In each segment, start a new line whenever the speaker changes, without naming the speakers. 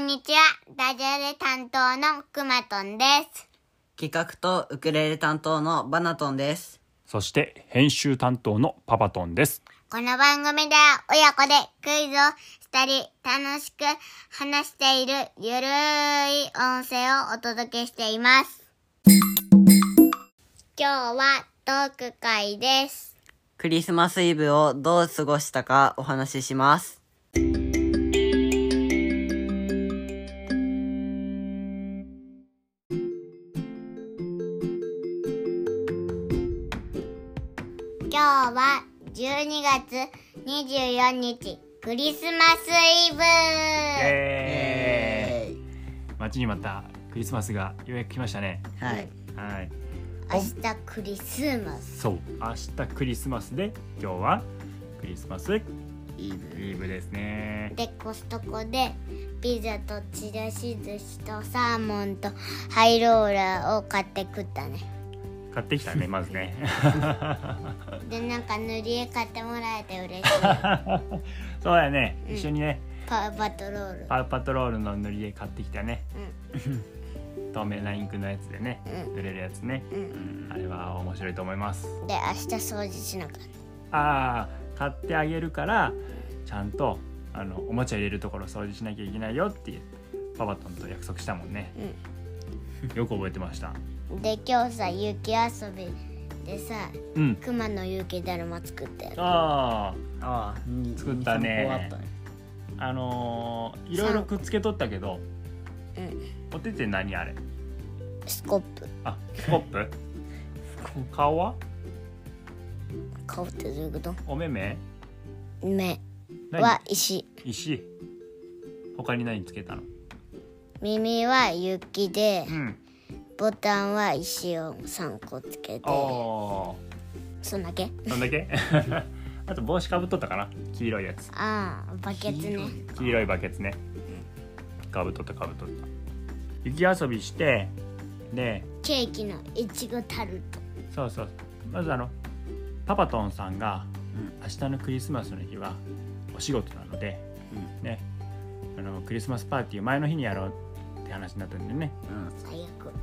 にちは、ダジャレ担当のくまとんです。
企画とウクレレ担当のバナトンです。
そして編集担当のパパトンです。
この番組では親子でクイズをしたり、楽しく話しているゆるい音声をお届けしています。今日はトーク会です。
クリスマスイブをどう過ごしたかお話しします。
今日は12月24日、クリスマスイブ
イ
えーイ、待ちに待ったクリスマスがようやく来ましたね。
はい。
はい。
明日クリスマス。
そう。明日クリスマスで今日はクリスマスイ
イブ。
ブですね。
でコストコでピザとちらし寿司とサーモンとハイローラーを買って食った ね
買ってき たねまずね。
でなんか塗り絵買ってもらえて嬉し い
そうだよね。
うん
一緒にね
パワーパトロール
パウパトロールの塗り絵買ってきたね。
う
透明なインクのやつでね
うん
塗れるやつね。
ん
あれは面白いと思います。
うんで明日掃除しなかっ
ああ買ってあげるからちゃんとあのおもちゃ入れるところ掃除しなきゃいけないよっていうパパトンと約束したもんね、よく覚えてました
たで今日さ雪遊びでさ
うん
熊の雪だるま作って
あ
ああ、に
作ったね
に三個あったね
ああのーいろいろくっつけとったけど
うん
おてて何あれ
スコップ
あスコッ プ顔は
顔ってどういうこと
お目目
目
何
は石
石他に何つけたの
耳は雪で
うん
ボタンは石を3個つけて
ああ
そんだけ
そんだけ あと帽子かぶっとったかな黄色いやつ
ああバケツね
黄色いバケツねかぶとったかぶとった雪遊びしてで
ケーキのいちごタルト
そうそうまずあのパパトンさんが
うん
明日のクリスマスの日はお仕事なのでねあのクリスマスパーティーを前の日にやろうって話になったんでね
うん。うん。
最 悪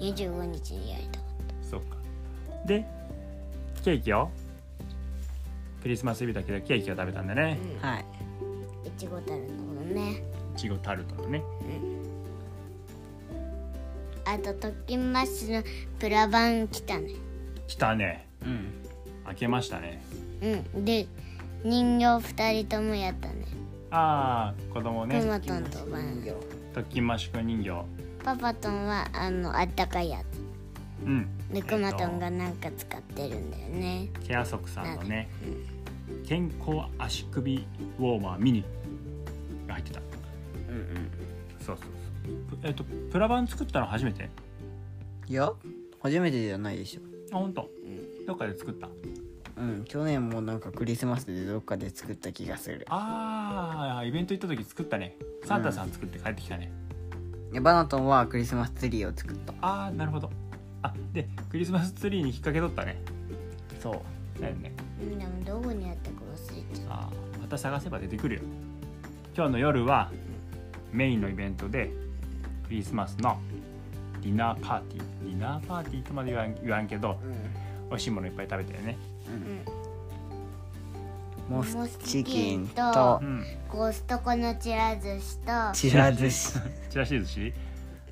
25日にやりた
そっかでケーキをクリスマスイブだけどケーキを食べたんだね
はい。
いちごタルトのね
いちごタルトのね
あとトッキンマッシュのプラバン来たね
来たね
うん。
開けましたね
うんで人形2人ともやったね
ああ子供
く
ね
まとんとバナナ
特訓マシュク人形
パパとんはあのあったかいや
うん
つでくまとんがなんか使ってるんだよね
ケアソクさんのね健康足首ウォーマーミニが入ってた
うんうん。
そうそうそうえっとプラ版作ったの初めて
いや、初めてじゃないでしょ。
あ本当。どっかで作った
うん。去年もなんかクリスマスでどっかで作った気がする。
あーイベント行った時作ったねサンタさん作って帰ってきたね、
いやバナトンはクリスマスツリーを作った。
ああなるほどあでクリスマスツリーに引っ掛けとったね
そう。
だよね
うんでもどこにあったか忘れちゃ
あーまた探せば出てくるよ今日の夜はメインのイベントでクリスマスのディナーパーティーディナーパーティーとまで言わん言わんけど
うん。
美味しいものいっぱい食べたよね
う、うん、
モ
モ
ス
スチ
チ
キ
キ
ン
ン
と
と
うん
コストコのちら寿司と
ちらず し。
ちらし寿司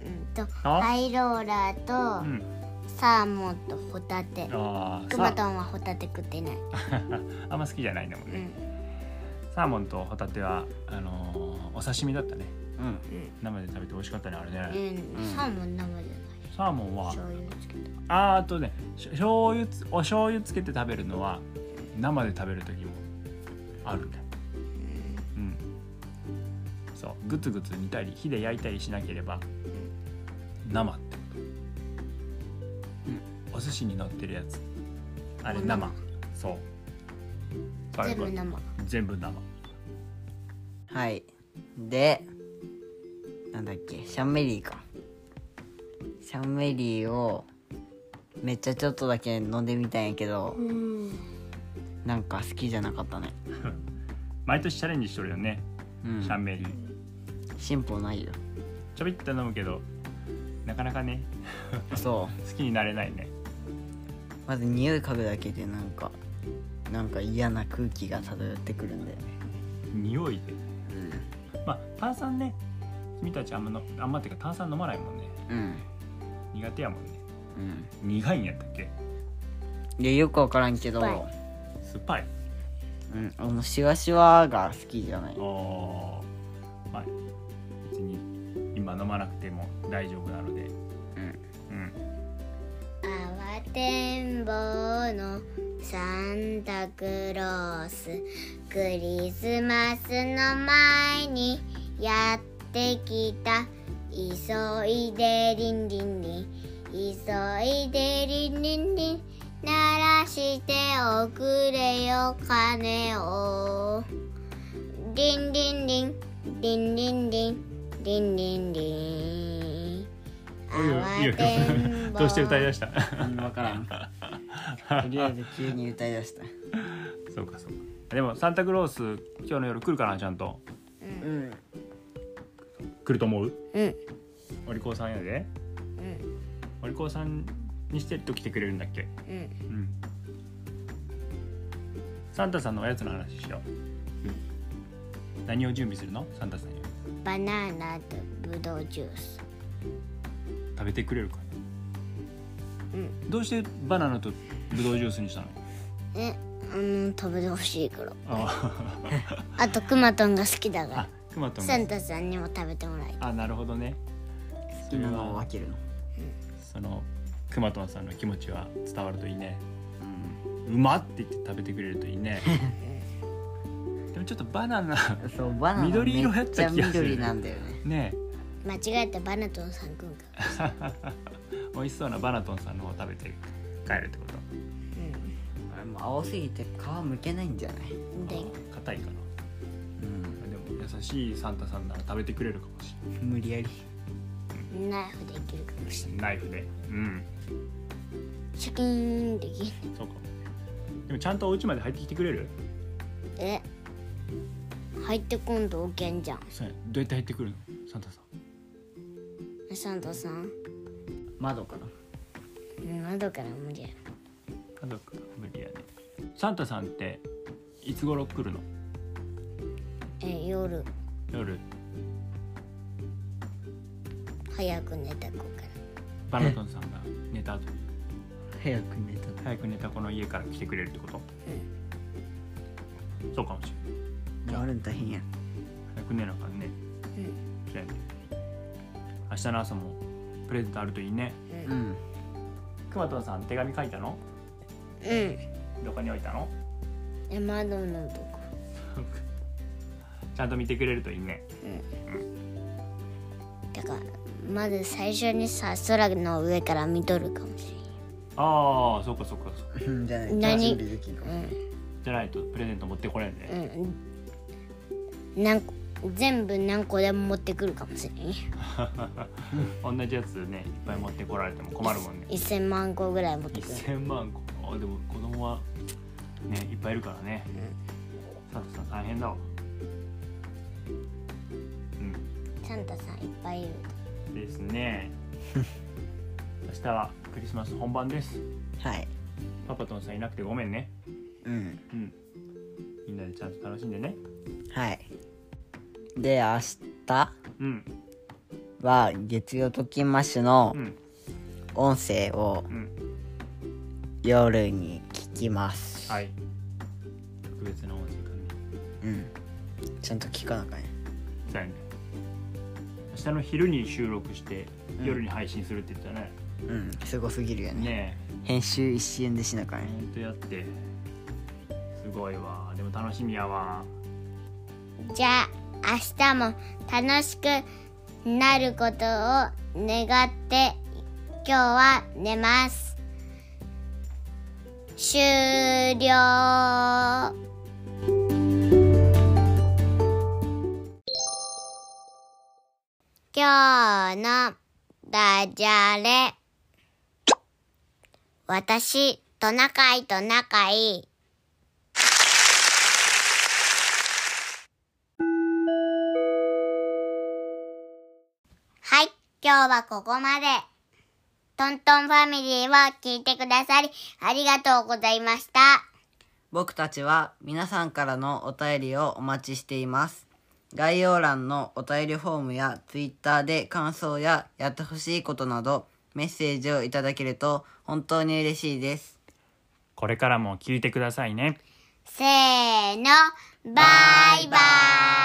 うんと
あ
ハイローラーと、
うん
サーモンとホタテ
あー
くま
さ
とんはホタテ食ってない、
あんま好きじゃないんだもん
う
ね、
ん
サーモンとホタテはあのーお刺身だったね
うん。
生で食べて美味しかったねあれ
う
ね、
ん
うん
サーモン生じゃない
サーモンは
醤油つけた
あーあとねし醤油つお醤油つけて食べるのは生で食べる時もあるんだようんそうグツグツ煮たり火で焼いたりしなければ生ってこと、お寿司に乗ってるやつあれ生そうあれ
全部生
全部生
はい。で、なんだっけ、シャンメリーか。シャンメリーを、めっちゃちょっとだけ飲んでみたんやけど、なんか好きじゃなかったね。
毎年チャレンジしとるよね、
うん。
シャンメリー
進歩ないよ
ちょびっと飲むけどなかなかね
そ
好きになれないね
うまず匂い嗅ぐだけでなんかなんか嫌な空気が漂ってくるんだよね
匂いで
うん
まあ炭酸ね君たちあんまのあんまっていうか炭酸飲まないもんね
うん
苦手やもんね
うん
苦いんやったっけ
いやよくわからんけど、
酸っ
酸っぱい
うん、あのシワシワが好きじゃない
あーまあ別に今飲まなくても大丈夫なので
うん
うん
慌てんぼうのサンタクロースクリスマスの前にやってきた急いでリンリンリン急いでリンリンリン鳴らしておくれよ鐘をリンリンリンリンリンリンリンリンリン
いいよ
慌てんぼう
どうして歌い出した
分から んとりあえず急に歌いだした
そうかそうかでもサンタクロース今日の夜来るかなちゃんと
うん
来ると思う
うん
お利口さんやで
うん
お利口さんにしてと来てくれるんだっけ
うん
うんサンタさんのおやつの話しよう、何を準備するのサンタさんに
バナナとブドウジュース
食べてくれるかな
うん
どうしてバナナとブドウジュースにしたの
えあの食べてほしいから
あ
あとくまとんが好き だから
クマと
サンタさんにも食べてもらいたい
あなるほどね
好きなのを分けるの
そのくまとんさんの気持ちは伝わるといいね
う
うまって言って食べてくれるとい いねでもちょっとバナナ
んそうバナナ
緑色や
め
っ
っちゃ
た気がする
緑なんだよね
ね
間違えたバナトンさんくんか
え美味しそうなバナトンさんの方を食べて帰るってこ
あれもう青すぎて皮むけないんじゃない
うんで
と硬いかな
うん
でも優しいサンタさんなら食べてくれるかもし
無理やり
ナイフでいけるかもしれ
れないナイフでうん
ないシャキーンできる
そうかもねでもちゃんとお家まで入ってきてくれる
え入ってこんとおけんじゃん
そうやどうやって入ってくるのサンタさん
サンタさん
窓から
うん窓から無理や
家族が無理やねサンタさんっていつ頃来るの
え夜
夜
早く寝た子から
バナトンさんが寝た後に
早く寝た
早く寝た子の家から来てくれるってこと
うん
そうかもしれない
あるん大変や
早く寝なあかんね
うん
そうやね明日の朝もプレゼントあるといいね
うん
うん
くまとんさん手紙書いたの
うん
どこに置いたの
え窓のとこ
ちゃんと見てくれるといいね
だからまず最初にさ空の上から見とるかもし
ああそうかそうかそうか
うんじゃない
何
準備できるか
れ
も
ん
じゃないとプレゼント持ってこれんね、
うんうん何個全部何個でも持ってくるかもしれんよ
同じやつねいっぱい持ってこられても困るもんね
1000万個ぐらい持ってくる
1000万個あでも子供はねいっぱいいるからね、サンタさん大変だわう
サンタさんいっぱいいる
んです ね明日はクリスマス本番です
はい
パパトンさんいなくてごめんね
うん
うんみんなでちゃんと楽しんでね
はいで明日
うん
は月曜ときましの
うん
音声を
うん
夜に聞きます、
はい特別な音声かね
うんちゃんと聞かなあかんね
そうやね明日の昼に収録して
うん
夜に配信するって言ってたね、
うんすごすぎるよね
ねえ
編集一瞬でしなあかんね
本当やってすごいわでも楽しみやわ
じゃあ明日も楽しくなることを願って今日は寝ます終了今日のダジャレ私トナカイと仲いい今日はここまで。トントンファミリーは聞いてくださり、ありがとうございました。
僕たちは皆さんからのお便りをお待ちしています。概要欄のお便りフォームや Twitter で感想ややってほしいことなどメッセージをいただけると本当に嬉しいです。
これからも聞いてくださいね
せーの、バイバイ